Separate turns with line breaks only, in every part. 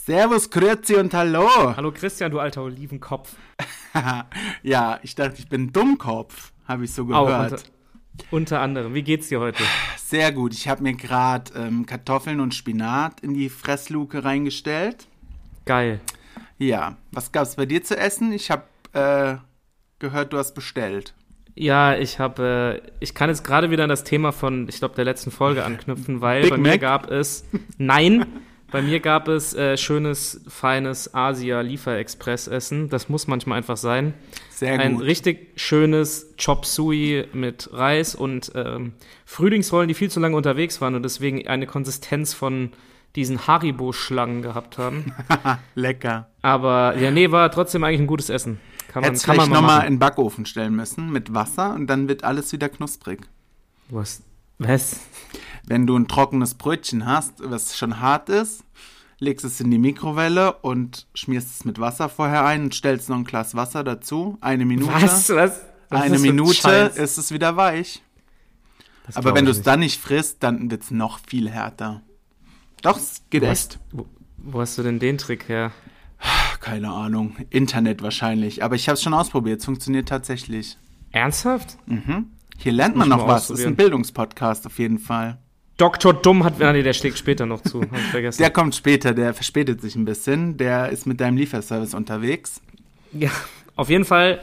Servus, Grüezi und hallo.
Hallo Christian, du alter Olivenkopf.
ja, ich dachte, ich bin Dummkopf, habe ich so
Auch
gehört.
Unter, unter anderem. Wie geht's dir heute?
Sehr gut. Ich habe mir gerade ähm, Kartoffeln und Spinat in die Fressluke reingestellt.
Geil.
Ja, was gab's bei dir zu essen? Ich habe äh, gehört, du hast bestellt.
Ja, ich habe, äh, ich kann jetzt gerade wieder an das Thema von, ich glaube, der letzten Folge anknüpfen, weil
Big
bei mir
Mac?
gab es, nein, bei mir gab es äh, schönes, feines Asia-Lieferexpress-Essen. Das muss manchmal einfach sein.
Sehr
Ein
gut.
richtig schönes Chop Suey mit Reis und ähm, Frühlingsrollen, die viel zu lange unterwegs waren und deswegen eine Konsistenz von diesen Haribo-Schlangen gehabt haben.
Lecker.
Aber ja, nee, war trotzdem eigentlich ein gutes Essen. Kann man,
Hättest
kann
vielleicht
man mal
nochmal
machen.
in den Backofen stellen müssen mit Wasser und dann wird alles wieder knusprig.
Was? Was?
Wenn du ein trockenes Brötchen hast, was schon hart ist, legst es in die Mikrowelle und schmierst es mit Wasser vorher ein und stellst noch ein Glas Wasser dazu. Eine Minute.
Was? Was? Was
Eine
ist das für ein
Minute
Scheiß?
ist es wieder weich.
Das
Aber
glaub
wenn
ich
du es
nicht.
dann nicht frisst, dann wird es noch viel härter. Doch, es geht
Wo
echt.
hast, wo, wo hast du denn den Trick her?
Ach, Keine Ahnung. Internet wahrscheinlich. Aber ich habe es schon ausprobiert. Es funktioniert tatsächlich.
Ernsthaft?
Hier lernt man
Muss
noch
mal
was. Es ist ein
ausprobieren.
Bildungspodcast auf jeden Fall.
Dr. Dumm hat. Ah, nee, der schlägt später noch zu. Hab ich vergessen.
Der kommt später, der verspätet sich ein bisschen. Der ist mit deinem Lieferservice unterwegs.
Ja. Auf jeden Fall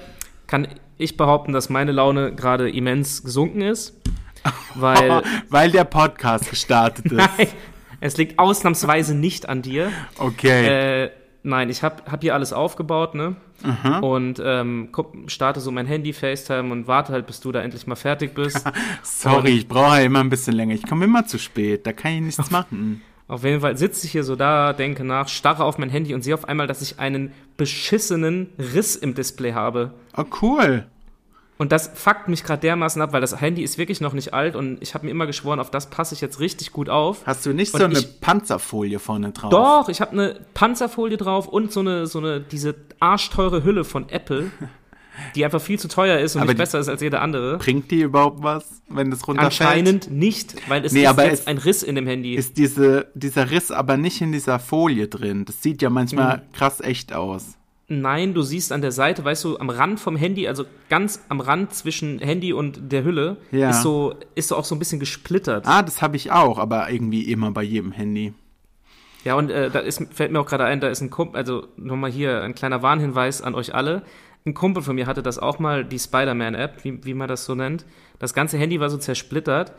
kann ich behaupten, dass meine Laune gerade immens gesunken ist. Weil.
Weil der Podcast gestartet ist.
Nein, es liegt ausnahmsweise nicht an dir.
Okay.
Äh, nein, ich habe hab hier alles aufgebaut, ne? Und ähm, guck, starte so mein Handy, FaceTime und warte halt, bis du da endlich mal fertig bist.
Sorry, ich brauche ja immer ein bisschen länger. Ich komme immer zu spät. Da kann ich nichts machen.
auf jeden Fall sitze ich hier so da, denke nach, starre auf mein Handy und sehe auf einmal, dass ich einen beschissenen Riss im Display habe.
Oh, cool.
Und das fuckt mich gerade dermaßen ab, weil das Handy ist wirklich noch nicht alt und ich habe mir immer geschworen, auf das passe ich jetzt richtig gut auf.
Hast du nicht
Und
so eine
ich-
Panzerfolie vorne drauf?
Doch, ich habe eine Panzerfolie drauf und so eine, so eine, diese arschteure Hülle von Apple, die einfach viel zu teuer ist und
Aber
nicht
die-
besser ist als jede andere.
Bringt die überhaupt was, wenn das runterfällt?
Anscheinend nicht, weil es
Nee,
ist
aber
jetzt
es-
ein Riss in dem Handy.
Ist diese, dieser Riss aber nicht in dieser Folie drin. Das sieht ja manchmal
Mhm.
krass echt aus.
Nein, du siehst an der Seite, weißt du, am Rand vom Handy, also ganz am Rand zwischen Handy und der Hülle,
Ja.
ist so, ist so auch so ein bisschen gesplittert.
Ah, das habe ich auch, aber irgendwie immer bei jedem Handy.
Ja, und äh, da ist, fällt mir auch gerade ein, da ist ein Kumpel, also nochmal hier ein kleiner Warnhinweis an euch alle. Ein Kumpel von mir hatte das auch mal, die Spider-Man-App, wie, wie man das so nennt. Das ganze Handy war so zersplittert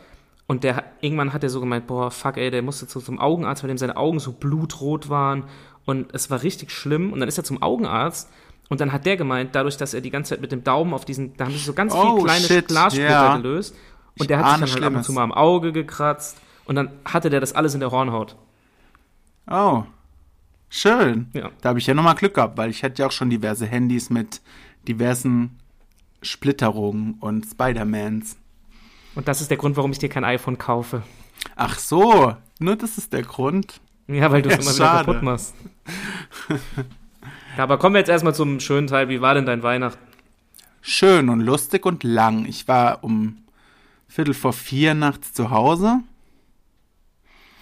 und der, irgendwann hat er so gemeint, boah, fuck ey, der musste zu, zum Augenarzt, weil dem seine Augen so blutrot waren und es war richtig schlimm. Und dann ist er zum Augenarzt und dann hat der gemeint, dadurch, dass er die ganze Zeit mit dem Daumen auf diesen, da haben sich so ganz
Oh,
viele kleine
shit,
Glassplitter
ja.
gelöst und
Ich
der hat
ahne
sich dann halt ab und
Schlimmes.
zu mal am Auge gekratzt und dann hatte der das alles in der Hornhaut.
Oh, schön.
Ja.
Da habe ich ja nochmal Glück gehabt, weil ich hatte ja auch schon diverse Handys mit diversen Splitterungen und Spider-Mans.
Und das ist der Grund, warum ich dir kein iPhone kaufe.
Ach so, nur das ist der Grund.
Ja, weil du es
Ja,
immer wieder
schade.
kaputt machst. ja, aber kommen wir jetzt erstmal zum schönen Teil. Wie war denn dein Weihnachten?
Schön und lustig und lang. Ich war um Viertel vor vier nachts zu Hause.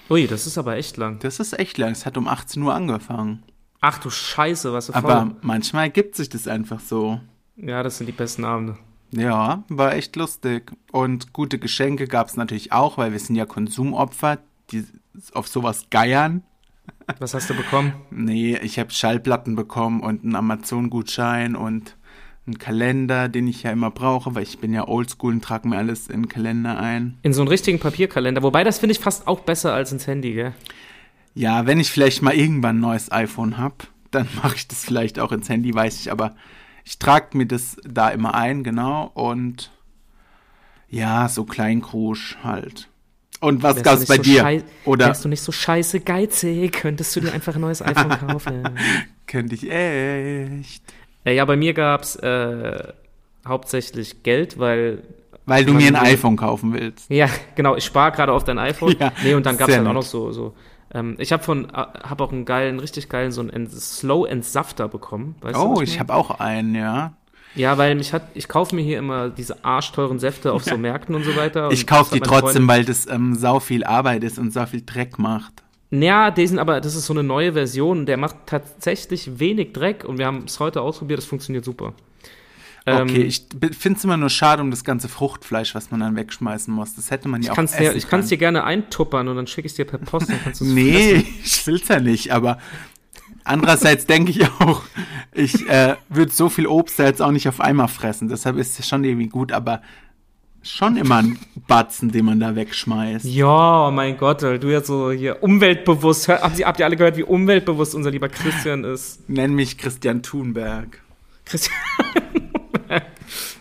Ui, das ist aber echt lang.
Das ist echt lang. Es hat um 18 Uhr angefangen.
Ach du Scheiße, was du
Aber
voll.
manchmal ergibt sich das einfach so.
Ja, das sind die besten Abende.
Ja, war echt lustig. Und gute Geschenke gab es natürlich auch, weil wir sind ja Konsumopfer, die auf sowas geiern.
Was hast du bekommen?
Nee, ich habe Schallplatten bekommen und einen Amazon-Gutschein und einen Kalender, den ich ja immer brauche, weil ich bin ja oldschool und trage mir alles in den Kalender ein.
In so einen richtigen Papierkalender. Wobei, das finde ich fast auch besser als ins Handy, gell?
Ja, wenn ich vielleicht mal irgendwann ein neues iPhone hab, dann mache ich das vielleicht auch ins Handy, weiß ich, aber ich trage mir das da immer ein, genau, und ja, so Kleinkrug halt. Und was
Wärst
gab's
du nicht
bei
so
dir?
schei-
Oder
Wärst du nicht so scheiße geizig, könntest du dir einfach ein neues iPhone kaufen.
könnte ich echt?
Äh, ja, bei mir gab's äh, hauptsächlich Geld, weil
Weil du
Man
mir ein
will-
iPhone kaufen willst.
Ja, genau, ich spare gerade auf dein iPhone.
Ja,
nee, und dann gab's
sehr
halt auch
nett.
noch so. so ähm, ich habe von, äh, hab auch einen geilen, richtig geilen, so einen Ent- Slow Entsafter bekommen. Weißt du,
Oh,
was
ich
meine?
habe auch einen, ja.
Ja, weil mich hat, ich kaufe mir hier immer diese arschteuren Säfte auf so Märkten und so weiter.
Ich
und
kaufe
das
die
hat meine
trotzdem, weil das ähm, sau viel Arbeit ist und sau viel Dreck macht.
Ja, die sind aber, das ist so eine neue Version, der macht tatsächlich wenig Dreck und wir haben es heute ausprobiert, es funktioniert super. Ähm,
Okay, ich finde es immer nur schade um das ganze Fruchtfleisch, was man dann wegschmeißen muss. Das hätte man ja
Ich
auch
kann es dir,
essen
ich kann's dir gerne eintuppern und dann schicke ich es dir per Post. Dann kannst du's
Nee,
fressen.
ich will's ja nicht, aber andererseits denke ich auch, ich äh, würde so viel Obst ja jetzt auch nicht auf einmal fressen. Deshalb ist es schon irgendwie gut, aber schon immer ein Batzen, den man da wegschmeißt.
Ja, oh mein Gott, ey, du jetzt so hier umweltbewusst. Hör, habt, ihr, habt ihr alle gehört, wie umweltbewusst unser lieber Christian ist?
Nenn mich Christian Thunberg.
Christian.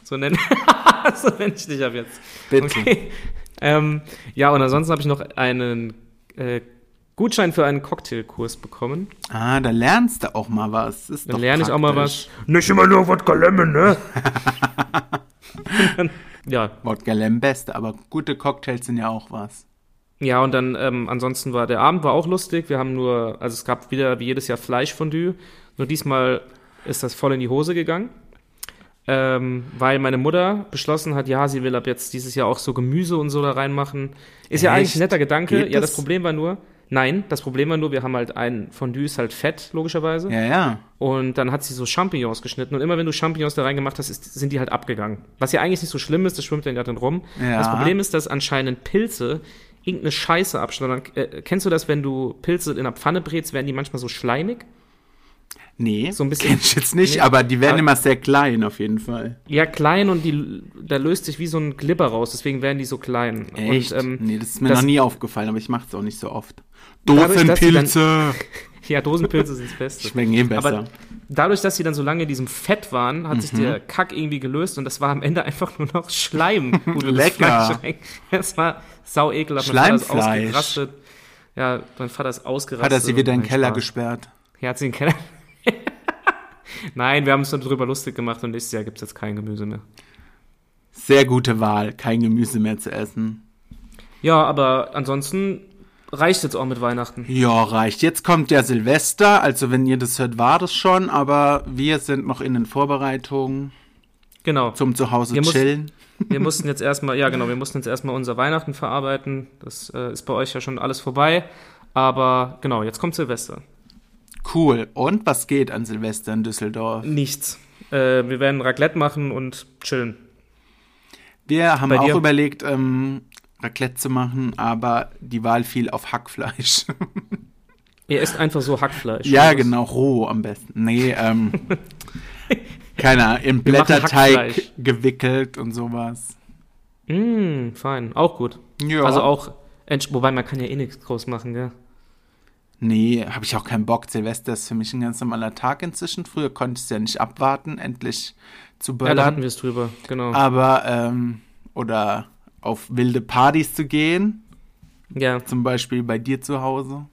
so nenn, so nenn ich dich ab jetzt.
Bitte.
Okay. Ähm, ja, und ansonsten habe ich noch einen äh, Gutschein für einen Cocktailkurs bekommen.
Ah, da lernst du auch mal was. Ist
Dann
doch
lerne ich auch mal
praktisch.
was. Nicht immer nur Wodka Lemon, ne? ja.
Wodka Lemon Beste, aber gute Cocktails sind ja auch was.
Ja, und dann ähm, ansonsten war der Abend war auch lustig. Wir haben nur, also es gab wieder wie jedes Jahr Fleischfondue. Nur diesmal ist das voll in die Hose gegangen. Ähm, weil meine Mutter beschlossen hat, ja, sie will ab jetzt dieses Jahr auch so Gemüse und so da reinmachen. Ist ja
Echt?
eigentlich ein netter Gedanke.
Geht
ja, das
das?
Problem war nur, nein, das Problem war nur, wir haben halt ein Fondue ist halt fett, logischerweise.
Ja, ja.
Und dann hat sie so Champignons geschnitten. Und immer wenn du Champignons da reingemacht hast, ist, sind die halt abgegangen. Was ja eigentlich nicht so schlimm ist, das schwimmt ja gerade drin rum.
Ja.
Das Problem ist, dass anscheinend Pilze irgendeine Scheiße abschleudern. Äh, kennst du das, wenn du Pilze in einer Pfanne brätst, werden die manchmal so schleimig?
Nee,
So ein bisschen-
kenn ich jetzt nicht,
Nee.
aber die werden
Aber-
immer sehr klein auf jeden Fall.
Ja, klein und die, da löst sich wie so ein Glibber raus, deswegen werden die so klein.
Echt?
Und, ähm,
nee, das ist mir
das-
noch nie aufgefallen, aber ich mache es auch nicht so oft.
Dadurch, dass sie dann-
Dosenpilze!
Ja, Dosenpilze sind das Beste.
Schmecken eh besser.
Aber dadurch, dass sie dann so lange in diesem Fett waren, hat sich
Mhm.
der Kack irgendwie gelöst und das war am Ende einfach nur noch Schleim. wo du das
Lecker.
Fleisch rein- Das war sau ekelhaft. Mein Vater ist
Schleimfleisch.
ausgerastet. Ja, mein Vater ist ausgerastet.
Hat er sie wieder in den
Nein,
Keller
Spaß.
gesperrt?
Ja, hat sie in den Keller. Nein, wir haben uns dann drüber lustig gemacht und nächstes Jahr gibt es jetzt kein Gemüse mehr.
Sehr gute Wahl, kein Gemüse mehr zu essen.
Ja, aber ansonsten reicht jetzt auch mit Weihnachten.
Ja, reicht. Jetzt kommt ja Silvester, also wenn ihr das hört, war das schon, aber wir sind noch in den Vorbereitungen
Genau.
zum Zuhause
Ihr müsst-
chillen.
Wir mussten jetzt erstmal, ja genau, wir mussten jetzt erstmal unser Weihnachten verarbeiten. Das äh, ist bei euch ja schon alles vorbei. Aber genau, jetzt kommt Silvester.
Cool. Und was geht an Silvester in Düsseldorf?
Nichts. Äh, wir werden Raclette machen und chillen.
Wir haben
Bei
auch
dir?
überlegt, ähm, Raclette zu machen, aber die Wahl fiel auf Hackfleisch.
Ihr esst einfach so Hackfleisch.
Ja,
oder was?
genau, roh am besten. Nee, ähm, keine Ahnung, im
Wir machen
Blätterteig
Hackfleisch.
gewickelt und sowas.
Mm, fein, auch gut.
Ja.
Also auch, entsch- wobei man kann ja eh nichts groß machen, gell?
Nee, habe ich auch keinen Bock. Silvester ist für mich ein ganz normaler Tag inzwischen. Früher konnte ich es ja nicht abwarten, endlich zu
Ja, da
böllern.
hatten wir es drüber, genau.
aber, ähm, oder auf wilde Partys zu gehen,
Ja.
zum Beispiel bei dir zu Hause.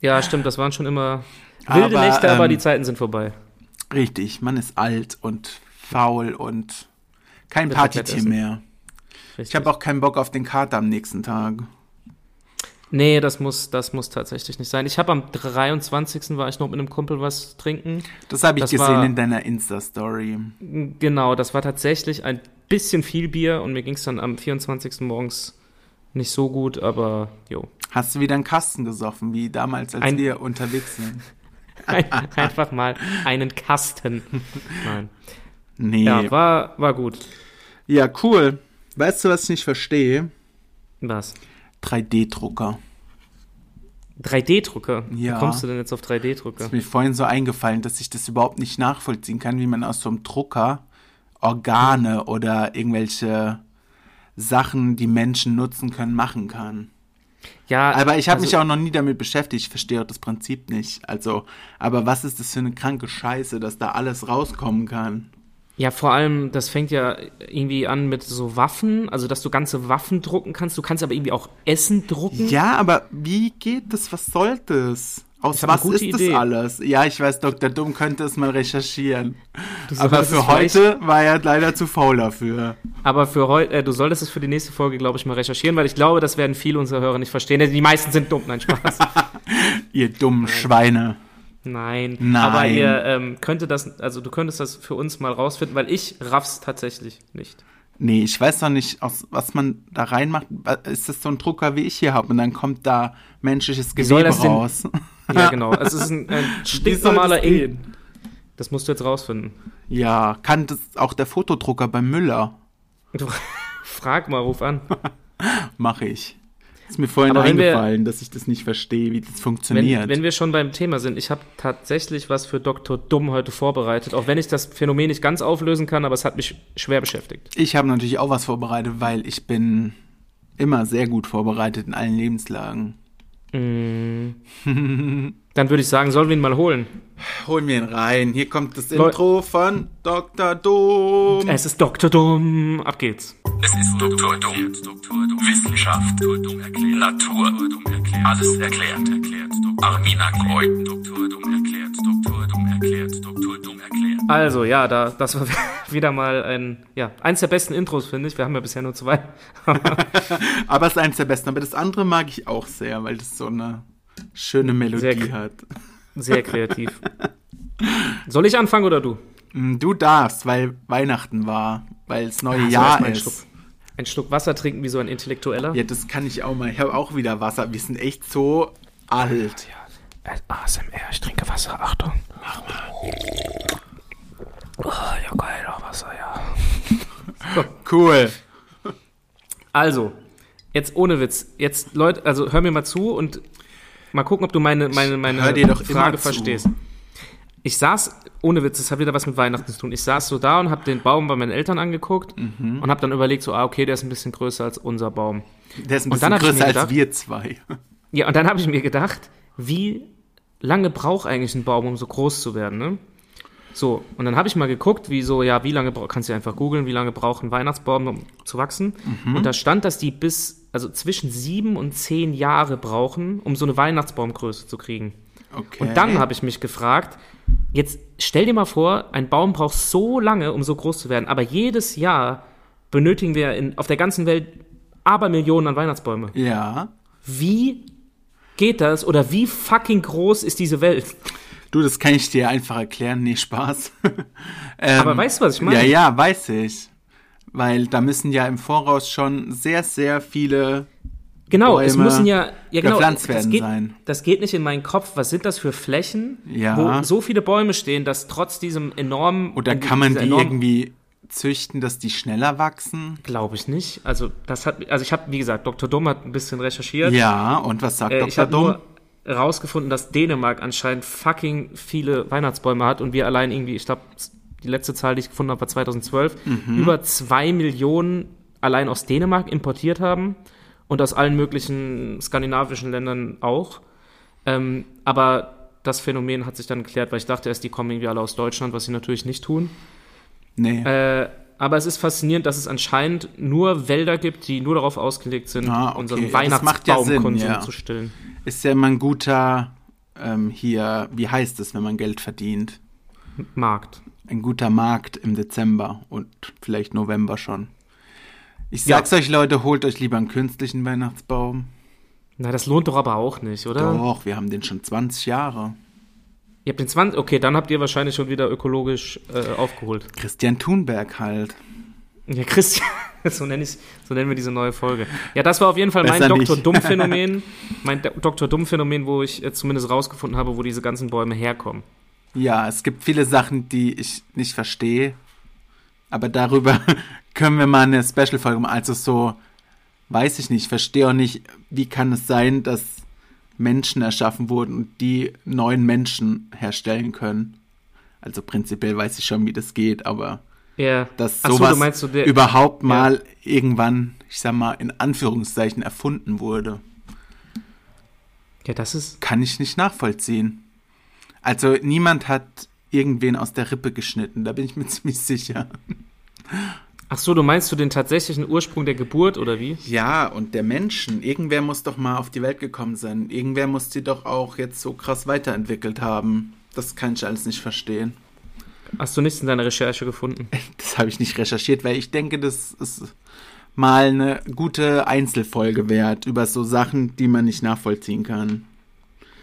ja, stimmt, das waren schon immer wilde
Aber,
Nächte, aber
ähm,
die Zeiten sind vorbei.
Richtig, man ist alt und faul und kein
Mit
Partytier
Raclette essen.
mehr. Ich habe auch keinen Bock auf den Kater am nächsten Tag.
Nee, das muss, das muss tatsächlich nicht sein. Ich habe am 23. war ich noch mit einem Kumpel was trinken.
Das habe ich
Das
gesehen
war-
in deiner Insta-Story.
Genau, das war tatsächlich ein bisschen viel Bier und mir ging es dann am 24. morgens nicht so gut, aber jo.
Hast du wieder einen Kasten gesoffen, wie damals, als
Ein-
wir unterwegs sind?
Ein, einfach mal einen Kasten. Nein.
Nee.
Ja,
Ja,
war, war gut.
cool. Weißt du, was ich nicht verstehe?
Was?
3D-Drucker.
3D-Drucker?
Ja.
Wie kommst du denn jetzt auf
Ist
3D-Drucker?
mir vorhin so eingefallen, dass ich das überhaupt nicht nachvollziehen kann, wie man aus so einem Drucker Organe oder irgendwelche Sachen, die Menschen nutzen können, machen kann.
Ja,
Aber ich habe
also-
mich auch noch nie damit beschäftigt. Ich verstehe auch das Prinzip nicht. Also, aber was ist das für eine kranke Scheiße, dass da alles rauskommen kann?
Ja, vor allem, das fängt ja irgendwie an mit so Waffen, also dass du ganze Waffen drucken kannst. Du kannst aber irgendwie auch Essen drucken.
Ja, aber wie geht das? Was soll das? Aus
Ich hab eine
was
gute
ist
Idee.
das alles? Ja, ich weiß, Dr. Dumm könnte es mal recherchieren.
Du
Aber
solltest
für
vielleicht-
heute war er leider zu faul dafür.
Aber für heute, äh, du solltest es für die nächste Folge, glaube ich, mal recherchieren, weil ich glaube, das werden viele unserer Hörer nicht verstehen. denn Die meisten sind dumm, nein, Spaß.
Ihr dummen Schweine.
nein.
Nein.
Aber ihr ähm, könnte das, also du könntest das für uns mal rausfinden, weil ich raff's tatsächlich nicht.
Nee, ich weiß noch nicht, aus, was man da reinmacht. Ist das so ein Drucker, wie ich hier habe? Und dann kommt da menschliches
soll
Gewebe
das denn-
raus.
Ja, genau. Es ist ein, ein stinknormaler
soll das
Ink. Das musst du jetzt rausfinden.
Ja, kann das auch der Fotodrucker bei Müller?
Du, frag mal, ruf an.
Mache ich. Ist mir vorhin
Aber wenn wir-
eingefallen, dass ich das nicht verstehe, wie das funktioniert.
Wenn, wenn wir schon beim Thema sind, ich habe tatsächlich was für Dr. Dumm heute vorbereitet, auch wenn ich das Phänomen nicht ganz auflösen kann, aber es hat mich schwer beschäftigt.
ich habe natürlich auch was vorbereitet, weil ich bin immer sehr gut vorbereitet in allen Lebenslagen.
Dann würde ich sagen, sollen wir ihn mal holen?
Holen wir ihn rein. Hier kommt das
Leu-
Intro von Dr. Doom.
Es ist Dr. Dumm. Ab geht's.
Es ist Doktor Dumm. Wissenschaft. Natur. Alles erklärt. Armina Kreut.
Also, ja, da, das war wieder mal ein, ja, eins der besten Intros, finde ich. Wir haben ja bisher nur zwei.
Aber es ist eins der besten. Aber das andere mag ich auch sehr, weil das so eine schöne
Sehr
Melodie
cool.
hat.
Sehr kreativ. Soll ich anfangen oder du?
Mm, Du darfst, weil Weihnachten war, weil das neue
so,
Jahr
erstmal Also, einen
ist.
Schluck. Ein Schluck Wasser trinken wie so ein Intellektueller?
Ja, das kann ich auch mal. Ich habe auch wieder Wasser. Wir sind echt so alt.
äh, ASMR, ich trinke Wasser, Achtung. Mach mal. Oh, ja, geil, auch Wasser, ja.
Cool.
Also, jetzt ohne Witz, jetzt Leute, also hör mir mal zu und mal gucken, ob du meine, meine, meine
hör dir doch immer
Frage
zu.
verstehst. Ich saß, ohne Witz, das hat wieder was mit Weihnachten zu tun. Ich saß so da und habe den Baum bei meinen Eltern angeguckt
Mhm.
und habe dann überlegt, so, ah, okay, der ist ein bisschen größer als unser Baum.
Der ist ein
Und dann
bisschen
hab ich
größer
mir
als
gedacht-
wir zwei.
Ja, und dann habe ich mir gedacht, wie lange braucht eigentlich ein Baum, um so groß zu werden, ne? So, und dann habe ich mal geguckt, wie so, ja, wie lange, brau- kannst du einfach googeln, wie lange braucht ein Weihnachtsbaum, um zu wachsen? Und da stand, dass die bis, also zwischen sieben und zehn Jahre brauchen, um so eine Weihnachtsbaumgröße zu kriegen.
Okay.
Und dann habe ich mich gefragt, jetzt stell dir mal vor, ein Baum braucht so lange, um so groß zu werden, aber jedes Jahr benötigen wir in, auf der ganzen Welt Abermillionen an Weihnachtsbäume
Ja.
wie geht das oder wie fucking groß ist diese Welt?
Du, das kann ich dir einfach erklären. Nee, Spaß.
Aber weißt du, was ich meine?
Ähm, Ja, ja, weiß ich. Weil da müssen ja im Voraus schon sehr, sehr viele.
genau, es
Bäume
müssen ja, ja genau,
gepflanzt
das
werden
geht,
sein.
Das geht nicht in meinen Kopf. Was sind das für Flächen,
Ja.
wo so viele Bäume stehen, dass trotz diesem enormen äh,
Oder kann man
dieser
die
enormen-
irgendwie züchten, dass die schneller wachsen?
Glaube ich nicht. Also das hat, also ich habe wie gesagt, Dr. Dumm hat ein bisschen recherchiert.
Ja, und was sagt
Äh, ich
Dr.
habe
Dumm?
nur rausgefunden, dass Dänemark anscheinend fucking viele Weihnachtsbäume hat und wir allein irgendwie, ich glaube, die letzte Zahl, die ich gefunden habe, war 2012,
Mhm.
über zwei Millionen allein aus Dänemark importiert haben und aus allen möglichen skandinavischen Ländern auch. Ähm, aber das Phänomen hat sich dann geklärt, weil ich dachte erst, die kommen irgendwie alle aus Deutschland, was sie natürlich nicht tun.
Nee.
Äh, aber es ist faszinierend, dass es anscheinend nur Wälder gibt, die nur darauf ausgelegt sind,
Ah, okay.
unseren
Ja, das macht ja Sinn,
Weihnachtsbaumkonsum
ja.
zu stillen.
Ist ja immer ein guter, ähm, hier, wie heißt es, wenn man Geld verdient?
Markt.
ein guter Markt im Dezember und vielleicht November schon. Ich sag's euch, Leute, holt euch lieber einen künstlichen Weihnachtsbaum.
Na, das lohnt doch aber auch nicht, oder?
Doch, wir haben den schon 20 Jahre.
Ihr habt den 20. Okay, dann habt ihr wahrscheinlich schon wieder ökologisch äh, aufgeholt.
Christian Thunberg halt.
Ja, Christian, so, nenn ich, so nennen wir diese neue Folge. Ja, das war auf jeden Fall mein
Besser nicht.
Dr. Dumm-Phänomen. Mein Do- Dr. Dumm-Phänomen, wo ich äh, zumindest rausgefunden habe, wo diese ganzen Bäume herkommen.
Ja, es gibt viele Sachen, die ich nicht verstehe. Aber darüber können wir mal eine Special-Folge machen. Also so, weiß ich nicht, verstehe auch nicht, wie kann es sein, dass Menschen erschaffen wurden und die neuen Menschen herstellen können. Also prinzipiell weiß ich schon, wie das geht, aber
Ja.
dass
Ach so,
sowas
du meinst so der,
überhaupt mal irgendwann, ich sag mal, in Anführungszeichen erfunden wurde.
Ja, das ist.
Kann ich nicht nachvollziehen. Also niemand hat irgendwen aus der Rippe geschnitten, da bin ich mir ziemlich sicher.
Ach so, du meinst so den tatsächlichen Ursprung der Geburt, oder wie?
Ja, und der Menschen, irgendwer muss doch mal auf die Welt gekommen sein. Irgendwer muss die doch auch jetzt so krass weiterentwickelt haben. Das kann ich alles nicht verstehen.
Hast du nichts in deiner Recherche gefunden?
Das habe ich nicht recherchiert, weil ich denke, das ist mal eine gute Einzelfolge wert über so Sachen, die man nicht nachvollziehen kann.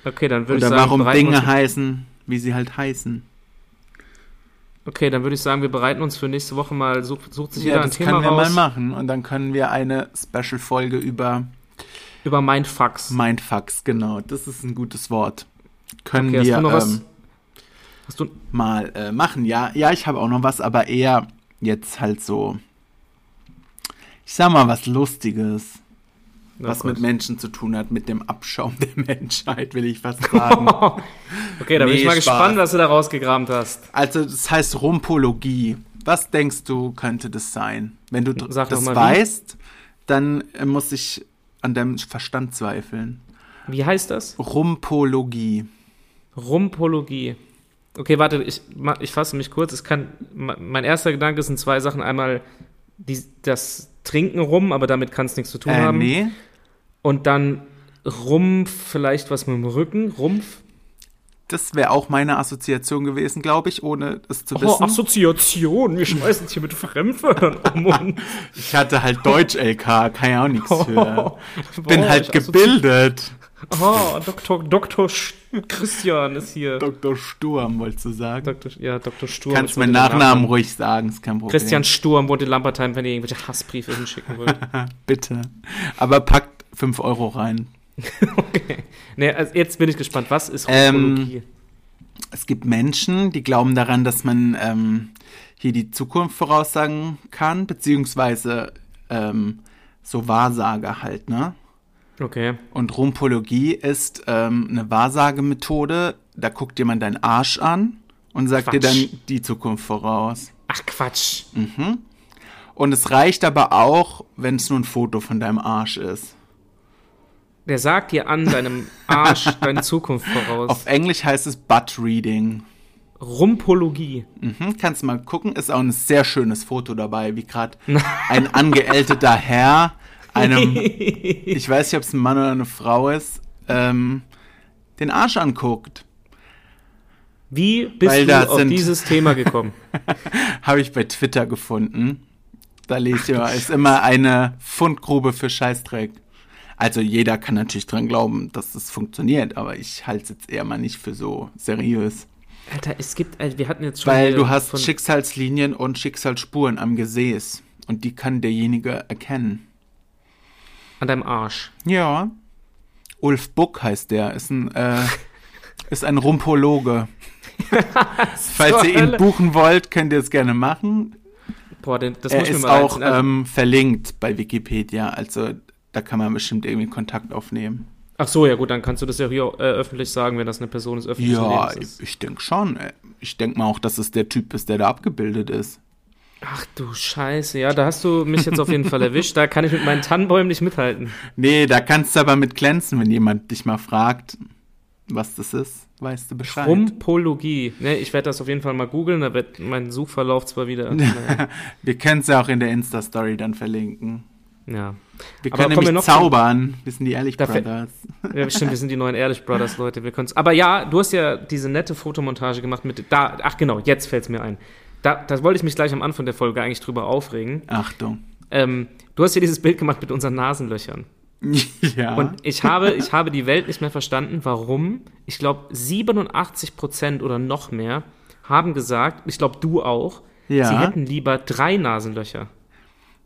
Okay, dann würde ich
Oder
sagen,
warum halt-
bereiten wir uns
Dinge heißen, wie sie halt heißen.
Okay, dann würde ich sagen, wir bereiten uns für nächste Woche mal, sucht, sucht sich jeder
Ja,
ein
das
Thema
können wir
raus.
mal machen. Und dann können wir eine Special-Folge über
Über Mindfucks.
Mindfucks, genau. Das ist ein gutes Wort. Können
Okay, hast
wir
du noch was?
ähm,
Hast du,
mal äh, machen. Ja, ja, ich habe auch noch was, aber eher jetzt halt so. Ich sag mal was Lustiges,
Na
was
gut.
mit Menschen zu tun hat, mit dem Abschaum der Menschheit, will ich fast sagen.
Okay, da bin
Nee,
ich mal
Spaß.
gespannt, was du da rausgegraben hast.
Also, das heißt Rumpologie. Was denkst du, könnte das sein? Wenn du dr-
Sag doch
das
mal, wie.
weißt, dann äh, muss ich an deinem Verstand zweifeln.
Wie heißt das?
Rumpologie.
Rumpologie. Okay, warte, ich, ma- ich fasse mich kurz. Es kann, ma- mein erster Gedanke sind zwei Sachen. Einmal die, das Trinken rum, aber damit kann es nichts zu tun
Äh,
haben.
nee.
Und dann Rumpf, vielleicht was mit dem Rücken. Rumpf.
Das wäre auch meine Assoziation gewesen, glaube ich, ohne es zu
Oh,
wissen.
Assoziation. Wir schmeißen uns hier mit Fremdwörtern um uns.
Ich hatte halt Deutsch-LK, kann ja auch nichts für. Ich bin
Boah,
halt
Oh. ich assozi-
gebildet.
Oh, Dr. Dr. Sch- Christian ist hier.
Dr. Sturm, wolltest du sagen.
Dr. Sch- Ja, Dr. Sturm.
Kannst
Ich
meinen
wollte den
Nachnamen ruhig sagen, ist kein Problem.
Christian Sturm wohnt in Lampertheim, wenn ihr irgendwelche Hassbriefe hinschicken wollt.
Bitte. Aber packt 5 Euro rein.
okay. Nee, also jetzt bin ich gespannt. Was ist
Ähm,
Rumpologie?
Es gibt Menschen, die glauben daran, dass man ähm, hier die Zukunft voraussagen kann, beziehungsweise ähm, so Wahrsager halt, ne?
okay.
Und Rumpologie ist ähm, eine Wahrsagemethode, da guckt jemand deinen Arsch an und sagt dir
Quatsch.
dann die Zukunft voraus.
Ach Quatsch.
Und es reicht aber auch, wenn es nur ein Foto von deinem Arsch ist.
Der sagt dir an deinem Arsch deine Zukunft voraus.
Auf Englisch heißt es Butt Reading.
Rumpologie.
Mhm, kannst mal gucken, ist auch ein sehr schönes Foto dabei, wie gerade ein angeälteter Herr einem, ich weiß nicht, ob es ein Mann oder eine Frau ist, ähm, den Arsch anguckt.
Wie bist
Weil da
du auf
sind-
dieses Thema gekommen?
Habe ich bei Twitter gefunden. Da lese ich immer, ist immer eine Fundgrube für Scheißdreck. Also jeder kann natürlich dran glauben, dass das funktioniert, aber ich halte es jetzt eher mal nicht für so seriös.
Alter, es gibt, also wir hatten jetzt schon.
Weil
hier
du hast
von-
Schicksalslinien und Schicksalsspuren am Gesäß und die kann derjenige erkennen.
an deinem Arsch.
Ja. Ulf Buck heißt der, ist ein, äh, ist ein Rumpologe. Falls ihr ihn
Hölle?
buchen wollt, könnt ihr es gerne machen.
Boah, den, das muss
Er
ich mir
ist
mal
auch
reinziehen. Also,
ähm, verlinkt bei Wikipedia, also da kann man bestimmt irgendwie Kontakt aufnehmen.
Ach so, ja gut, dann kannst du das ja hier äh, öffentlich sagen, wenn das eine Person des öffentlichen
Ja,
Lebens
ich,
ist.
ich denke schon. äh, Ich denke mal auch, dass es der Typ ist, der da abgebildet ist.
Ach du Scheiße, ja, da hast du mich jetzt auf jeden Fall erwischt. Da kann ich mit meinen Tannenbäumen nicht mithalten.
Nee, da kannst du aber mit glänzen, wenn jemand dich mal fragt, was das ist, weißt du Bescheid.
Rumpologie. Ne, ich werde das auf jeden Fall mal googeln, da wird mein Suchverlauf zwar wieder. naja.
Wir können es ja auch in der Insta-Story dann verlinken.
ja.
Wir
Aber
können
kommen wir
nämlich
noch-
zaubern, wir sind die Ehrlich
Da fällt-
Brothers.
ja, stimmt, wir sind die neuen Ehrlich Brothers, Leute. Wir können's. Aber ja, du hast ja diese nette Fotomontage gemacht mit. Da, ach genau, jetzt fällt es mir ein. Da, da wollte ich mich gleich am Anfang der Folge eigentlich drüber aufregen.
Achtung.
Ähm, du hast ja dieses Bild gemacht mit unseren Nasenlöchern.
ja.
Und ich habe, ich habe die Welt nicht mehr verstanden, warum. Ich glaube, 87 Prozent oder noch mehr haben gesagt, ich glaube, du auch,
Ja.
sie hätten lieber drei Nasenlöcher.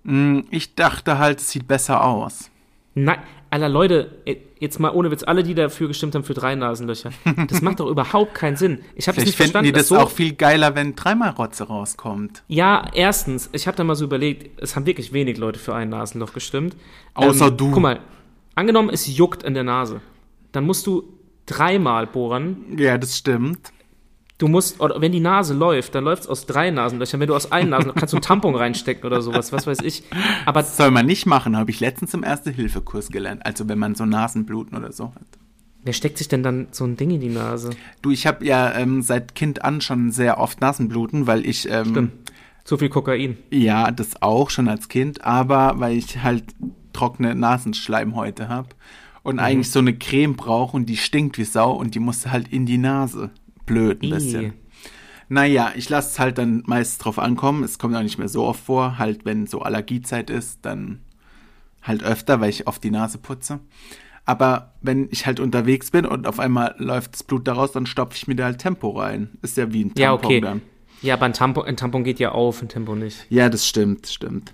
Mm, ich dachte halt, es sieht besser aus.
Nein, aller Leute, e- jetzt mal ohne Witz, alle, die dafür gestimmt haben für drei Nasenlöcher, das macht doch überhaupt keinen Sinn. Ich habe das
Vielleicht finden
nicht verstanden.
die das
dass so,
auch viel geiler, wenn dreimal Rotze rauskommt.
ja, erstens, ich habe da mal so überlegt, es haben wirklich wenig Leute für ein Nasenloch gestimmt. Ähm,
Außer du.
Guck mal, angenommen, es juckt in der Nase, dann musst du dreimal bohren,
Ja, das stimmt.
Du musst, oder wenn die Nase läuft, dann läuft es aus drei Nasenlöchern. Wenn du aus einem Nasenloch, kannst du einen Tampon reinstecken oder sowas, was weiß ich. Aber
Das soll man nicht machen, habe ich letztens im Erste-Hilfe-Kurs gelernt. Also wenn man so Nasenbluten oder so hat.
wer steckt sich denn dann so ein Ding in die Nase?
Du, ich habe ja ähm, seit Kind an schon sehr oft Nasenbluten, weil ich ähm,
Zu viel Kokain.
Ja, das auch schon als Kind, aber weil ich halt trockene Nasenschleimhäute habe und
Mhm.
eigentlich so eine Creme brauche und die stinkt wie Sau und die muss halt in die Nase. Blöd ein
Ih.
bisschen. Naja, ich lasse es halt dann meist drauf ankommen. Es kommt auch nicht mehr so oft vor. Halt, wenn so Allergiezeit ist, dann halt öfter, weil ich oft die Nase putze. Aber wenn ich halt unterwegs bin und auf einmal läuft das Blut daraus, dann stopfe ich mir da halt Tempo rein. Ist ja wie ein Tampon
Ja, okay.
dann.
Ja, aber ein Tampon, ein Tampon geht ja auf, ein Tempo nicht.
Ja, das stimmt, stimmt.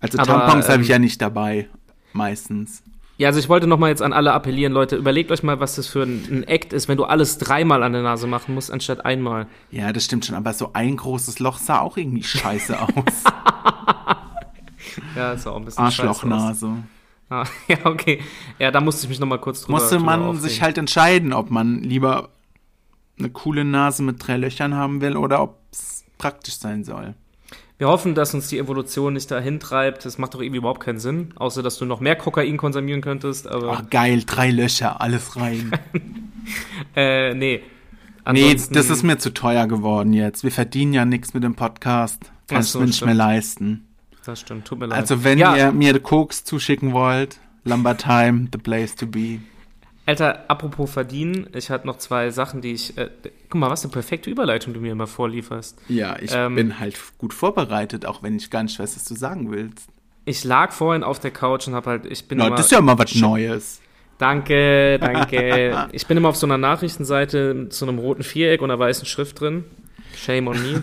Also
Aber,
Tampons habe ich
ähm,
ja nicht dabei, meistens.
Ja, also ich wollte nochmal jetzt an alle appellieren, Leute, überlegt euch mal, was das für ein, ein Act ist, wenn du alles dreimal an der Nase machen musst, anstatt einmal.
Ja, das stimmt schon, aber so ein großes Loch sah auch irgendwie scheiße aus.
Ja, ist auch ein bisschen scheiße aus.
Arschlochnase.
Ah, ja, okay. Ja, da musste ich mich nochmal kurz drüber
Musste
drüber
man
aufregen.
sich halt entscheiden, ob man lieber eine coole Nase mit drei Löchern haben will oder ob es praktisch sein soll.
Wir hoffen, dass uns die Evolution nicht dahin treibt. Das macht doch irgendwie überhaupt keinen Sinn. Außer, dass du noch mehr Kokain konsumieren könntest. Aber
Ach Oh, geil, drei Löcher, alles rein.
äh,
nee,
nee. Ansonsten-
das ist mir zu teuer geworden jetzt. Wir verdienen ja nichts mit dem Podcast.
Ach
Kann ich
so,
mir nicht mehr
stimmt.
leisten.
Das stimmt, tut mir leid.
Also wenn
ja,
ihr mir Koks zuschicken wollt, Lumbertime, the place to be.
Alter, apropos verdienen, ich hatte noch zwei Sachen, die ich. Äh, guck mal, was eine perfekte Überleitung du mir immer vorlieferst.
Ja, ich
Ähm.
bin halt gut vorbereitet, auch wenn ich gar nicht weiß, was du sagen willst.
Ich lag vorhin auf der Couch und hab halt. Ich bin
Na,
immer,
das ist ja mal was Neues.
Danke, danke. ich bin immer auf so einer Nachrichtenseite mit so einem roten Viereck und einer weißen Schrift drin. Shame on me.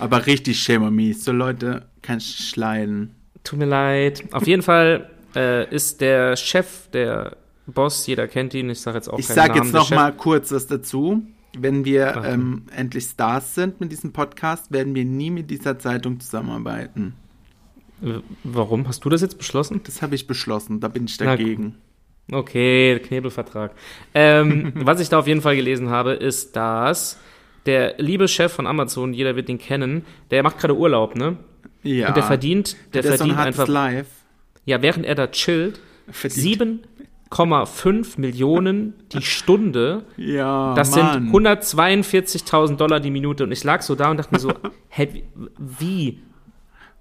Aber richtig shame on me. So Leute kann ich leiden.
Tut mir leid. Auf jeden Fall äh, ist der Chef, der Boss, jeder kennt ihn. Ich sage jetzt auch
Ich
keinen
sage
Namen,
jetzt
der
noch
Chef-
mal kurz was dazu. Wenn wir
Okay.
ähm, endlich Stars sind mit diesem Podcast, werden wir nie mit dieser Zeitung zusammenarbeiten.
W- Warum hast du das jetzt beschlossen?
Das habe ich beschlossen. Da bin ich
Na gut.
dagegen.
Okay, Knebelvertrag. Ähm, was ich da auf jeden Fall gelesen habe, ist, dass der liebe Chef von Amazon, jeder wird ihn kennen, der macht gerade Urlaub, ne?
Ja.
Und der verdient, der,
Der ist so ein
verdient
hartes
einfach,
Live.
ja, während er da chillt,
Verdient.
7,5 Millionen die Stunde.
Ja,
Das
Oh Mann.
sind 142.000 Dollar die Minute. Und ich lag so da und dachte mir so, hä, wie- wie?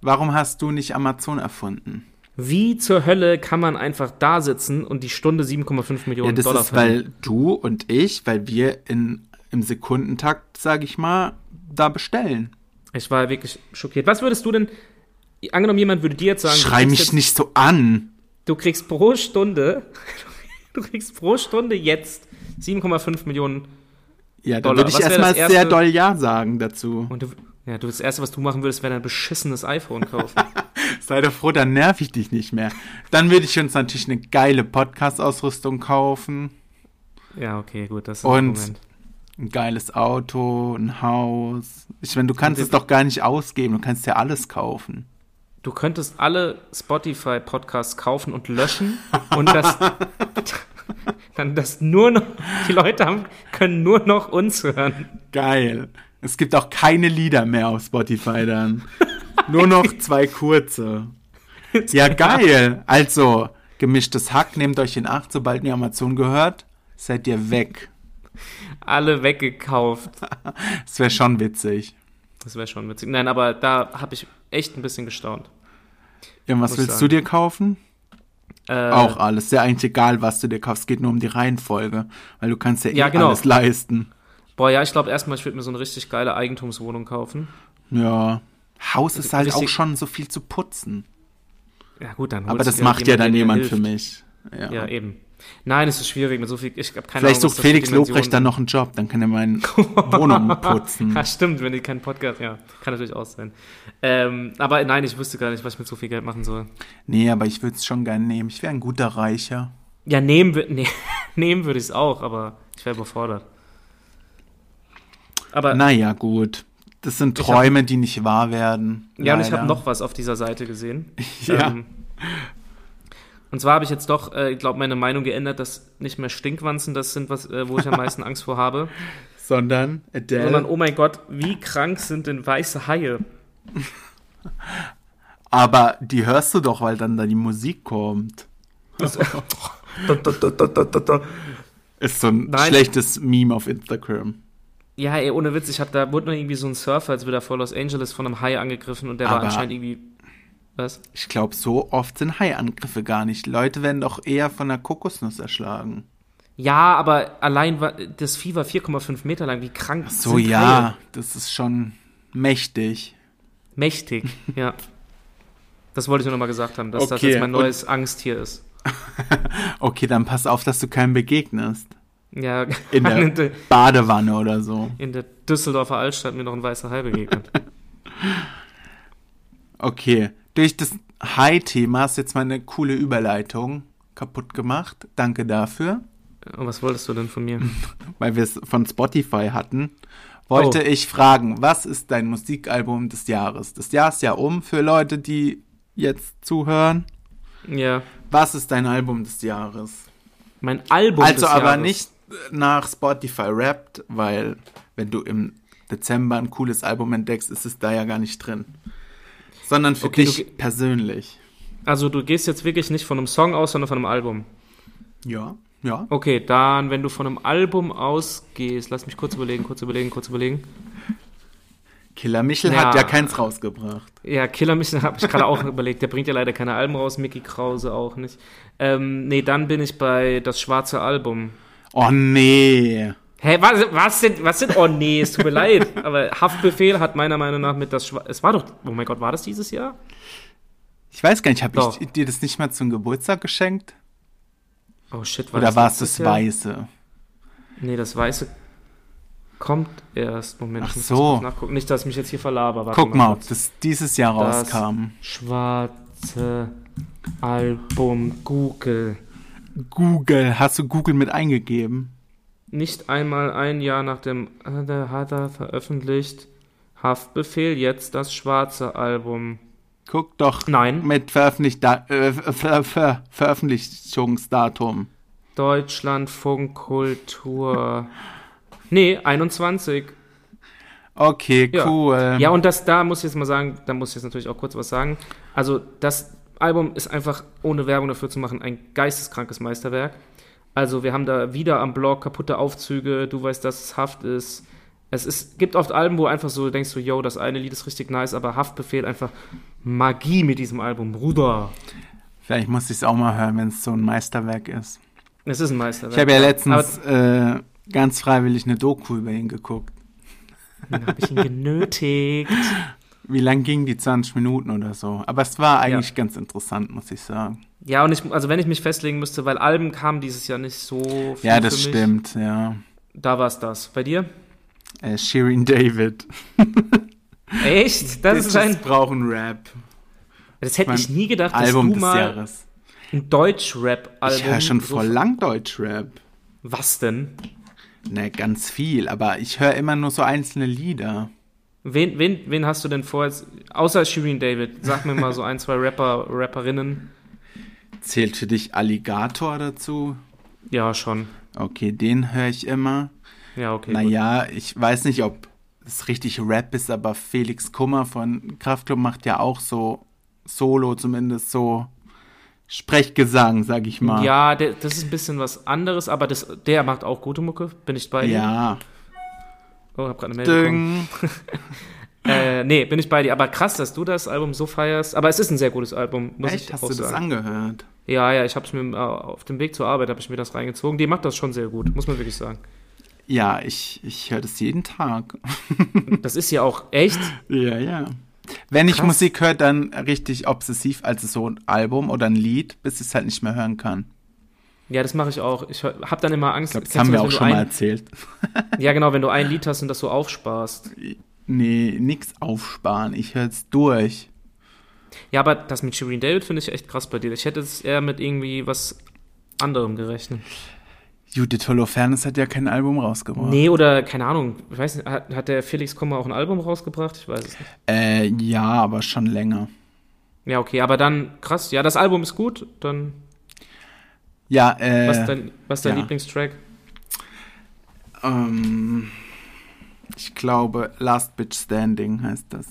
Warum hast du nicht Amazon erfunden?
Wie zur Hölle kann man einfach da sitzen und die Stunde 7,5 Millionen
Ja, das
Dollar
ist, weil du und ich, weil wir in, im Sekundentakt, sage ich mal, da bestellen.
Ich war wirklich schockiert. Was würdest du denn, angenommen jemand würde dir jetzt sagen, du
Schrei
kriegst
mich
jetzt,
nicht so an.
du kriegst pro Stunde, du kriegst pro Stunde jetzt 7,5 Millionen
Ja, dann
Dollar.
würde ich
Was wär
erstmal
das erste-
sehr doll Ja sagen dazu.
und du, ja, du das erste, was du machen würdest, wäre ein beschissenes iPhone kaufen.
Sei doch froh, dann nerv ich dich nicht mehr. Dann würde ich uns natürlich eine geile Podcast-Ausrüstung kaufen.
ja, okay, gut, das ist
Und-
ein Moment.
Ein geiles Auto, ein Haus. Ich meine, du kannst
Und
es doch gar nicht ausgeben. Du kannst ja alles kaufen.
Du könntest alle Spotify Podcasts kaufen und löschen und das dann das nur noch die Leute haben, können nur noch uns hören.
Geil. Es gibt auch keine Lieder mehr auf Spotify dann. Nur noch zwei kurze. Ja, geil. Also, gemischtes Hack, nehmt euch in Acht. Sobald mir Amazon gehört, seid ihr weg.
Alle weggekauft.
Das wäre schon witzig.
Das wäre schon witzig. Nein, aber da habe ich echt ein bisschen gestaunt.
Ja, was
Muss
willst
sagen.
du dir kaufen?
Äh,
Auch alles. Ja, eigentlich egal, was du dir kaufst. Es geht nur um die Reihenfolge. Weil du kannst ja, eh
Ja, genau.
alles leisten.
Boah, ja, ich glaube erstmal, ich würde mir so eine richtig geile Eigentumswohnung kaufen.
Ja. Haus ist halt auch
Also richtig-
schon so viel zu putzen.
Ja, gut, dann holst
Aber
du
das
dir
macht ja dann jemand
jemanden, der
für
dir hilft.
mich. Ja.
Ja, eben. Nein, es ist schwierig mit so viel. Ich habe
Vielleicht
keine Ahnung.
sucht
was Genau, das für
Felix
Dimensionen
Lobrecht dann
sind.
noch einen Job. Dann kann er meine Wohnung putzen.
Ja, stimmt, wenn die keinen Podcast. Ja, kann natürlich auch sein. Ähm, aber nein, ich wüsste gar nicht, was ich mit so viel Geld machen soll.
Nee, aber ich würde es schon gerne nehmen. Ich wäre ein guter Reicher.
Ja, nehmen, wür- nee, nehmen würde ich es auch, aber ich wäre überfordert. Aber
Naja, gut. Das sind
Ich hab-
Träume, die nicht wahr werden.
Ja, und ich
leider.
habe noch was auf dieser Seite gesehen. Ähm,
Ja.
und zwar habe ich jetzt doch, äh, ich glaube, meine Meinung geändert, dass nicht mehr Stinkwanzen das sind, was, äh, wo ich am meisten Angst vor habe,
Sondern Adele.
sondern, oh mein Gott, wie krank sind denn weiße Haie?
aber die hörst du doch, weil dann da die Musik kommt. Ist so ein
Nein.
schlechtes Meme auf Instagram.
Ja, ey, ohne Witz, ich habe da wurde noch irgendwie so ein Surfer, als wir da vor Los Angeles von einem Hai angegriffen und der war
Aber-
anscheinend irgendwie. Was?
Ich glaube, so oft sind Haiangriffe gar nicht. Leute werden doch eher von einer Kokosnuss erschlagen.
Ja, aber allein war, das Vieh war 4,5 Meter lang. Wie krank
So
sind
ja,
Haie?
das ist schon mächtig.
Mächtig, ja. Das wollte ich nur nochmal gesagt haben, dass das
Okay,
jetzt mein
und-
neues Angsttier ist.
Okay, dann pass auf, dass du keinem begegnest.
Ja,
In
in
der
der,
Badewanne oder so.
in der Düsseldorfer Altstadt mir noch ein weißer Hai begegnet.
Okay. Durch das High-Thema hast du jetzt meine coole Überleitung kaputt gemacht. Danke dafür.
Und was wolltest du denn von mir?
Weil wir es von Spotify hatten. Wollte
Oh.
ich fragen, was ist dein Musikalbum des Jahres? Das Jahr ist ja um für Leute, die jetzt zuhören.
Ja,
Was ist dein Album des Jahres?
mein Album
also
des
aber
Jahres.
nicht nach Spotify rappt, weil wenn du im Dezember ein cooles Album entdeckst, ist es da ja gar nicht drin. Sondern für
Okay,
dich
du-
persönlich.
Also du gehst jetzt wirklich nicht von einem Song aus, sondern von einem Album.
Ja, ja.
Okay, dann, wenn du von einem Album ausgehst, lass mich kurz überlegen, kurz überlegen, kurz überlegen.
Killer Michel
Ja.
hat ja keins rausgebracht.
Ja, Killer Mission habe ich gerade auch überlegt. Der bringt ja leider keine Alben raus, Mickey Krause auch nicht. Ähm, nee, dann bin ich bei Das Schwarze Album.
Oh nee.
Hä, was, was sind, was sind, oh nee, es tut mir leid. Aber Haftbefehl hat meiner Meinung nach mit das Schwarze, es war doch, oh mein Gott, war das dieses Jahr?
Ich weiß gar nicht, habe
Doch.
ich dir das nicht mal zum Geburtstag geschenkt?
Oh shit, war
Oder war es
letztes
das
Jahr?
Weiße?
Nee, das Weiße kommt erst. Moment,
Ach
ich muss
so.
das kurz nachgucken. Nicht, dass ich mich jetzt hier verlaber. Warte
Guck mal, ob
kurz.
das dieses Jahr
Das
rauskam.
Schwarze Album Google.
Google, hast du Google mit eingegeben?
Nicht einmal ein Jahr nach dem äh, der hat er veröffentlicht Haftbefehl jetzt das schwarze Album.
Guck doch.
Nein,
Mit veröffentlicht da, äh, ver, ver, Veröffentlichungsdatum.
Deutschlandfunk Kultur. Nee, 21.
Okay,
Ja.
cool.
Ja, und das da muss ich jetzt mal sagen, da muss ich jetzt natürlich auch kurz was sagen. Also, das Album ist einfach, ohne Werbung dafür zu machen, ein geisteskrankes Meisterwerk. Also, wir haben da wieder am Blog kaputte Aufzüge, du weißt, dass es Haft ist. Es ist, gibt oft Alben, wo einfach so denkst du, yo, das eine Lied ist richtig nice, aber Haftbefehl einfach Magie mit diesem Album, Bruder.
Vielleicht muss ich es auch mal hören, wenn es so ein Meisterwerk ist.
Es ist ein
Ich habe
Meisterwerk.
ja letztens äh, ganz freiwillig eine Doku über ihn geguckt.
Dann habe ich ihn genötigt.
Wie lang ging die? 20 Minuten oder so. Aber es war eigentlich ganz interessant, muss ich sagen.
Ja, und ich, also wenn ich mich festlegen müsste, weil Alben kamen dieses Jahr nicht so viel.
Ja, das
für mich.
stimmt, ja.
Da war es das. Bei dir?
Äh, Shirin David.
Echt? Das ist ein.
brauchen Rap.
Das hätte
mein
ich nie gedacht, dass
Album
du
des
mal
Jahres.
ein Deutsch-Rap-Album.
Ich höre schon
so-
voll lang Deutschrap.
Was denn?
Ne, ganz viel, aber ich höre immer nur so einzelne Lieder.
Wen, wen, wen hast du denn vor jetzt? Außer Shirin David. Sag mir mal so ein, zwei Rapper, Rapperinnen.
Zählt für dich Alligator dazu?
Ja, schon.
Okay, den höre ich immer.
Ja, okay. gut.
naja, ich weiß nicht, ob es richtig Rap ist, aber Felix Kummer von Kraftklub macht ja auch so Solo, zumindest so Sprechgesang, sag ich mal.
Ja, der, das ist ein bisschen was anderes, aber das, der macht auch gute Mucke. Bin ich bei dir?
Ja.
Oh, hab gerade eine Meldung. bekommen.
Ding.
Äh, nee, bin ich bei dir. Aber krass, dass du das Album so feierst. Aber es ist ein sehr gutes Album, muss
Echt?
ich
Hast
auch
du das
sagen.
angehört?
Ja, ja, ich hab's mir äh, auf dem Weg zur Arbeit, habe ich mir das reingezogen. Die macht das schon sehr gut, muss man wirklich sagen.
Ja, ich, ich höre das jeden Tag.
Das ist ja auch echt.
Ja, ja. Wenn ich
Krass.
Musik höre, dann richtig obsessiv, also so ein Album oder ein Lied, bis ich es halt nicht mehr hören kann.
Ja, das mache ich auch. Ich habe dann immer Angst.
Ich glaube, das
Kennst
haben
du
wir auch
wenn du
schon mal
ein,
erzählt.
Ja, genau, wenn du ein Lied hast und das so aufsparst.
Nee, nix aufsparen. Ich höre es durch.
Ja, aber das mit Shirin David finde ich echt krass bei dir. Ich hätte es eher mit irgendwie was anderem gerechnet.
Judith Holofernes hat ja kein Album rausgebracht.
Nee, oder keine Ahnung. Ich weiß nicht, hat, hat der Felix Kommer auch ein Album rausgebracht? Ich weiß es nicht.
Äh, ja, aber schon länger.
Ja, okay, aber dann krass. Ja, das Album ist gut. Dann
Ja,
was ist
äh,
dein, was ist dein
ja.
Lieblingstrack?
ähm, ich glaube, Last Bitch Standing heißt das.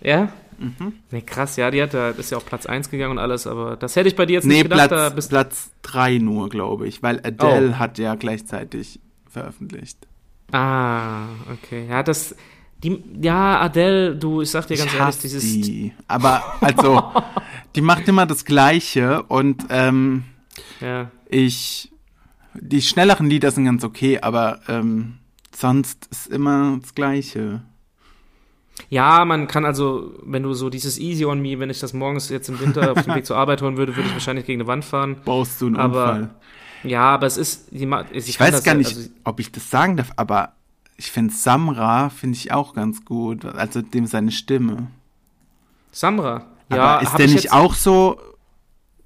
Ja?
Mhm.
Nee, krass, ja, die hat da ist ja auch Platz 1 gegangen und alles, aber das hätte ich bei dir jetzt
Nee,
nicht gedacht, da
Platz,
bist Oh.
Platz 3 nur, glaube ich, weil Adele hat ja gleichzeitig veröffentlicht.
Ah, okay. Ja, das. Die, ja, Adele, du, ich sag dir ganz
ich
ehrlich,
hasse
dieses.
die. Aber also, die macht immer das Gleiche und ähm,
Ja.
ich, die schnelleren Lieder sind ganz okay, aber ähm, sonst ist immer das Gleiche.
ja, man kann also, wenn du so dieses Easy on Me, wenn ich das morgens jetzt im Winter auf dem Weg zur Arbeit hören würde, würde ich wahrscheinlich gegen eine Wand fahren.
Baust du einen
Aber-
Unfall?
Ja, aber es ist. Die, ma- sie
Ich
kann
weiß
das,
gar nicht,
Also,
ob ich das sagen darf, aber ich finde Samra finde ich auch ganz gut, also dem seine Stimme.
Samra. Ja,
aber ist
hab
der
ich
nicht
jetzt-
auch so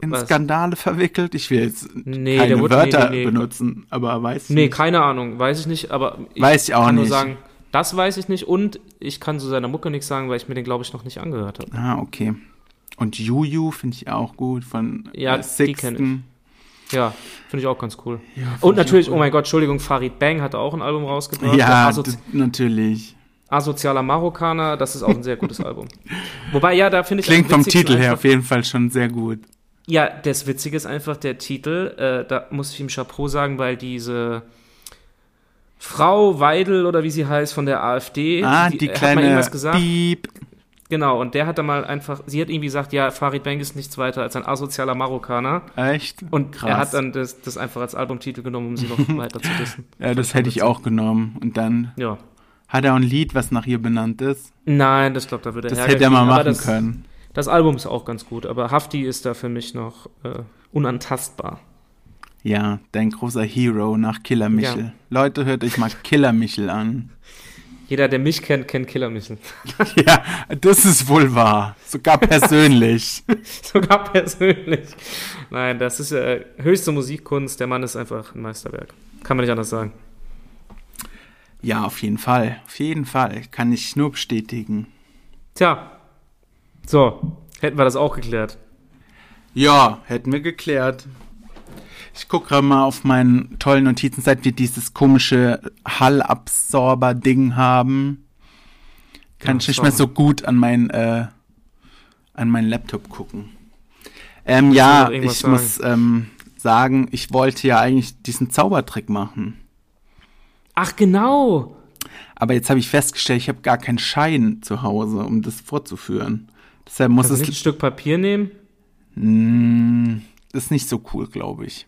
in
Was?
Skandale verwickelt? Ich will jetzt
Nee, der
keine
wurde-
Wörter
nee, nee, nee.
benutzen, aber weiß
Nee,
nicht.
keine Ahnung, weiß ich nicht, aber ich
Weiß ich auch
kann nur
nicht.
sagen, das weiß ich nicht und ich kann zu seiner Mucke nichts sagen, weil ich mir den, glaube ich, noch nicht angehört habe.
Ah, okay. Und Juju finde ich auch gut von
Ja,
äh,
die kenn ich.
Sixten.
Ja, finde ich auch ganz cool.
find
und
ich
natürlich,
auch
oh mein Gott, Entschuldigung, Farid Bang hatte auch ein Album rausgebracht. Also
Ja,
Asozi
d- natürlich.
Asozialer Marokkaner, das ist auch ein sehr gutes Album. Wobei, ja, da finde ich. am
Klingt vom
witzigsten
Titel her
einfach-
auf jeden Fall schon sehr gut.
Ja, das Witzige ist einfach der Titel. Äh, da muss ich ihm Chapeau sagen, weil diese Frau Weidel oder wie sie heißt von der AfD,
Ah, die,
äh, hat mal
kleine
irgendwas gesagt.
Piep.
Genau, und der hat da mal einfach, sie hat irgendwie gesagt, ja, Farid Bang ist nichts weiter als ein asozialer Marokkaner.
Echt?
Und er hat dann das, das einfach als Albumtitel genommen, um sie noch weiter zu wissen.
ja, das hätte ich auch genommen. Und dann
Ja.
hat er auch ein Lied, was nach ihr benannt ist.
Nein, das glaube da würde
Das
Ärger
hätte er mal
kriegen, aber
machen
das,
können.
Das Album ist auch ganz gut, aber Hafti ist da für mich noch äh, unantastbar.
Ja, dein großer Hero nach Killer Michel.
Ja.
Leute, hört euch mal Killer Michel an.
Jeder, der mich kennt, kennt Killer Michel.
ja, das ist wohl wahr. Sogar persönlich.
Sogar persönlich. Nein, das ist äh, höchste Musikkunst. Der Mann ist einfach ein Meisterwerk. Kann man nicht anders sagen.
ja, auf jeden Fall. Auf jeden Fall. Kann ich nur bestätigen.
Tja. So, hätten wir das auch geklärt.
Ja, hätten wir geklärt. Ich gucke gerade mal auf meinen tollen Notizen, seit wir dieses komische Hallabsorber-Ding haben. Kann
Ja,
ich nicht
sorry.
mehr so gut an meinen äh, an meinen Laptop gucken. Ähm, ja,
noch irgendwas
ich muss ähm, sagen, ich wollte ja eigentlich diesen Zaubertrick machen.
Ach, genau.
Aber jetzt habe ich festgestellt, ich habe gar keinen Schein zu Hause, um das vorzuführen. Deshalb muss
Kannst du
es
nicht ein Stück Papier nehmen?
Mm, das ist nicht so cool, glaube ich.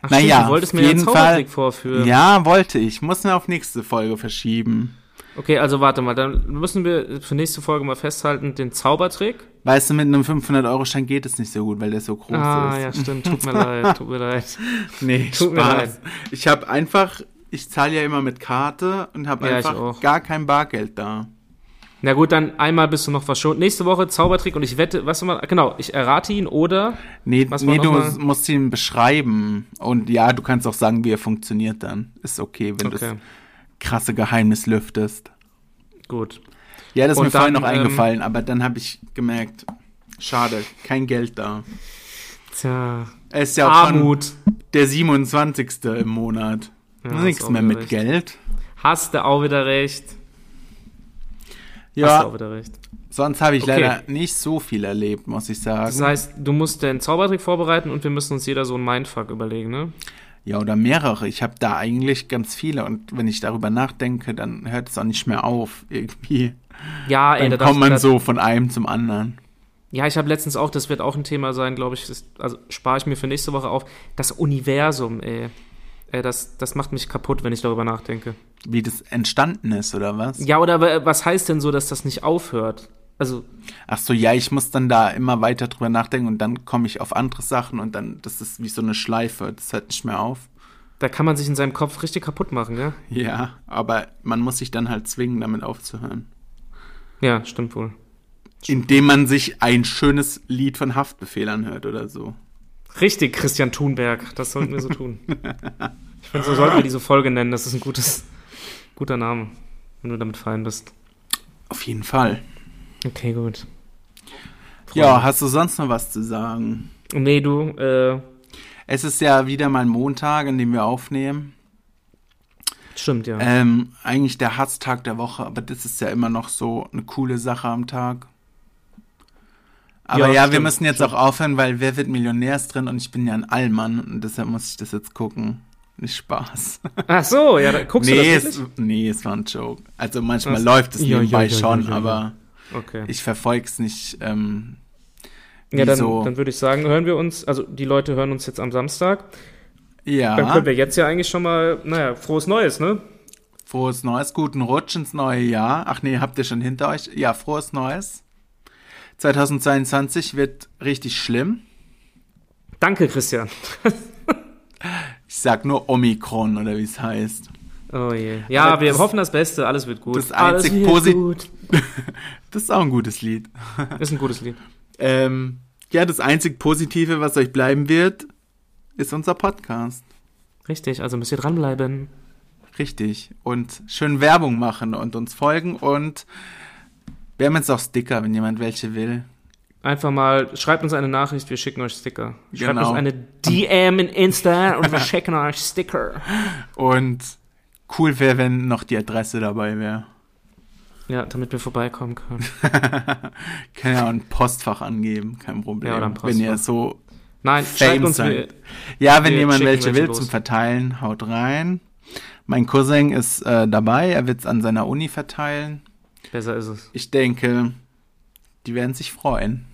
Ach,
Na
stimmt,
ja,
du wolltest
auf
mir ja
jeden
Zaubertrick
Fall.
vorführen.
Ja, wollte ich. Muss mir auf nächste Folge verschieben.
Okay, also warte mal, dann müssen wir für nächste Folge mal festhalten, den Zaubertrick.
Weißt du, mit einem 500-Euro-Schein geht es nicht so gut, weil der so groß
ah,
ist.
ja, stimmt, tut mir leid, tut mir leid.
Nee,
Tut mir
Spaß. Ich habe einfach, ich zahle ja immer mit Karte und habe
Ja, ich auch.
einfach gar kein Bargeld da.
Na gut, dann einmal bist du noch verschont. Nächste Woche Zaubertrick und ich wette, was mal, genau, ich errate ihn oder
Nee,
Was war
nee du
noch mal?
musst ihn beschreiben. Und ja, du kannst auch sagen, wie er funktioniert dann. Ist okay, wenn du
Okay,
das krasse Geheimnis lüftest.
gut.
Ja, das ist
Und
mir vorhin
dann,
noch
ähm,
eingefallen, aber dann habe ich gemerkt, schade, kein Geld da.
Tja,
Er ist ja auch schon
Armut.
der 27. im Monat.
Ja, hast
Nichts
auch
mehr
wieder
mit
recht.
Geld.
Hast du auch wieder recht. Hast du
Ja,
auch wieder recht.
sonst habe ich
Okay.
leider nicht so viel erlebt, muss ich sagen.
Das heißt, du musst den Zaubertrick vorbereiten und wir müssen uns jeder so einen Mindfuck überlegen, ne?
Ja, oder mehrere. Ich habe da eigentlich ganz viele. Und wenn ich darüber nachdenke, dann hört es auch nicht mehr auf. Irgendwie.
Ja, ey,
Dann
da darfst
kommt
du-
man
da-
so von einem zum anderen.
Ja, ich habe letztens auch, das wird auch ein Thema sein, glaube ich, das, also spare ich mir für nächste Woche auf. Das Universum, ey. Äh, Das, das macht mich kaputt, wenn ich darüber nachdenke.
Wie das entstanden ist, oder was?
Ja, oder wa- was heißt denn so, dass das nicht aufhört? Also,
Ach so, ja, ich muss dann da immer weiter drüber nachdenken und dann komme ich auf andere Sachen und dann, das ist wie so eine Schleife. Das hört nicht mehr auf.
da kann man sich in seinem Kopf richtig kaputt machen, ja?
Ja, aber man muss sich dann halt zwingen, damit aufzuhören.
Ja, stimmt wohl.
Indem man sich ein schönes Lied von Haftbefehl anhört oder so.
Richtig, Christian Thunberg, das sollten wir so tun. Ich finde, so sollten wir diese Folge nennen, das ist ein gutes, guter Name, wenn du damit fein bist.
Auf jeden Fall.
Okay, gut.
Ja, hast du sonst noch was zu sagen?
Nee, du, äh,
Es ist ja wieder mal Montag, an dem wir aufnehmen.
stimmt, ja.
Ähm, eigentlich der Hasstag der Woche, aber das ist ja immer noch so eine coole Sache am Tag. Aber
Ja,
ja, wir
stimmt,
müssen jetzt auch aufhören, weil Wer wird Millionär ist drin und ich bin ja ein Allmann und deshalb muss ich das jetzt gucken. Nicht Spaß.
Ach so, ja, da, guckst
nee,
du das
es,
wirklich?
nee, es war ein Joke. Also manchmal
Was?
läuft es
Ja, ja,
nebenbei
ja, ja,
schon,
ja, ja.
aber
Okay.
ich verfolge es nicht. Ähm,
Ja, dann,
wieso?
dann würde ich sagen, hören wir uns, also die Leute hören uns jetzt am Samstag. Dann
ja,
können wir jetzt ja eigentlich schon mal, naja, frohes Neues, ne?
frohes Neues, guten Rutsch ins neue Jahr. Ach nee, habt ihr schon hinter euch? Ja, frohes Neues. 2022 wird richtig schlimm.
Danke, Christian.
Ich sag nur Omikron oder wie es heißt.
Oh je. Ja,
Aber
wir
das-
hoffen das Beste, alles wird gut.
Das
Alles
einzig
wird
Posi-
gut.
Das ist auch ein gutes Lied.
Ist ein gutes Lied.
Ähm, ja, das einzig Positive, was euch bleiben wird, ist unser Podcast.
Richtig, also müsst ihr dranbleiben.
Richtig. Und schön Werbung machen und uns folgen und wir haben jetzt auch Sticker, wenn jemand welche will.
Einfach mal, schreibt uns eine Nachricht, wir schicken euch Sticker. Schreibt
Genau.
uns eine DM in Insta und wir schicken euch Sticker.
Und cool wäre, wenn noch die Adresse dabei wäre.
Ja, damit wir vorbeikommen können.
Kann ja auch ein Postfach angeben, kein Problem.
Ja, oder ein
Wenn ihr
Postfach.
so.
Nein, schreibt
Fame
uns, wir,
sein. Ja, wenn
wir
jemand
schicken
welche
welche
will
los.
zum Verteilen, haut rein. Mein Cousin ist äh, dabei, er wird es an seiner Uni verteilen.
besser ist es.
Ich denke, die werden sich freuen.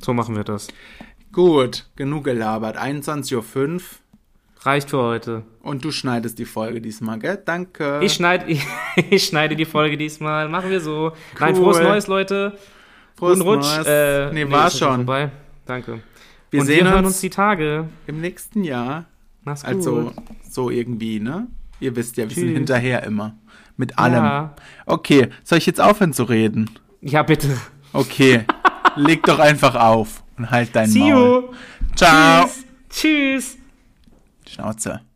So machen wir das.
Gut, genug gelabert. 21.05 Uhr
Reicht für heute.
und du schneidest die Folge diesmal, gell? Danke.
Ich schneide, ich, schneide die Folge diesmal. Machen wir so. Nein, frohes
Cool.
Neues, Leute.
Prost,
Guten Rutsch.
Neues.
Äh,
nee, war
ist ja
schon.
Vorbei. Danke.
Wir
und
sehen
wir hören
uns
uns die Tage.
im nächsten Jahr.
Mach's gut.
Also, so irgendwie, ne? Ihr wisst ja, wir sind
Tschüss.
hinterher immer. Mit allem.
ja.
Okay, soll ich jetzt aufhören zu reden?
ja, bitte.
Okay, leg doch einfach auf und halt deinen Maul.
See you.
Ciao.
Tschüss. Tschüss.
Schnauze.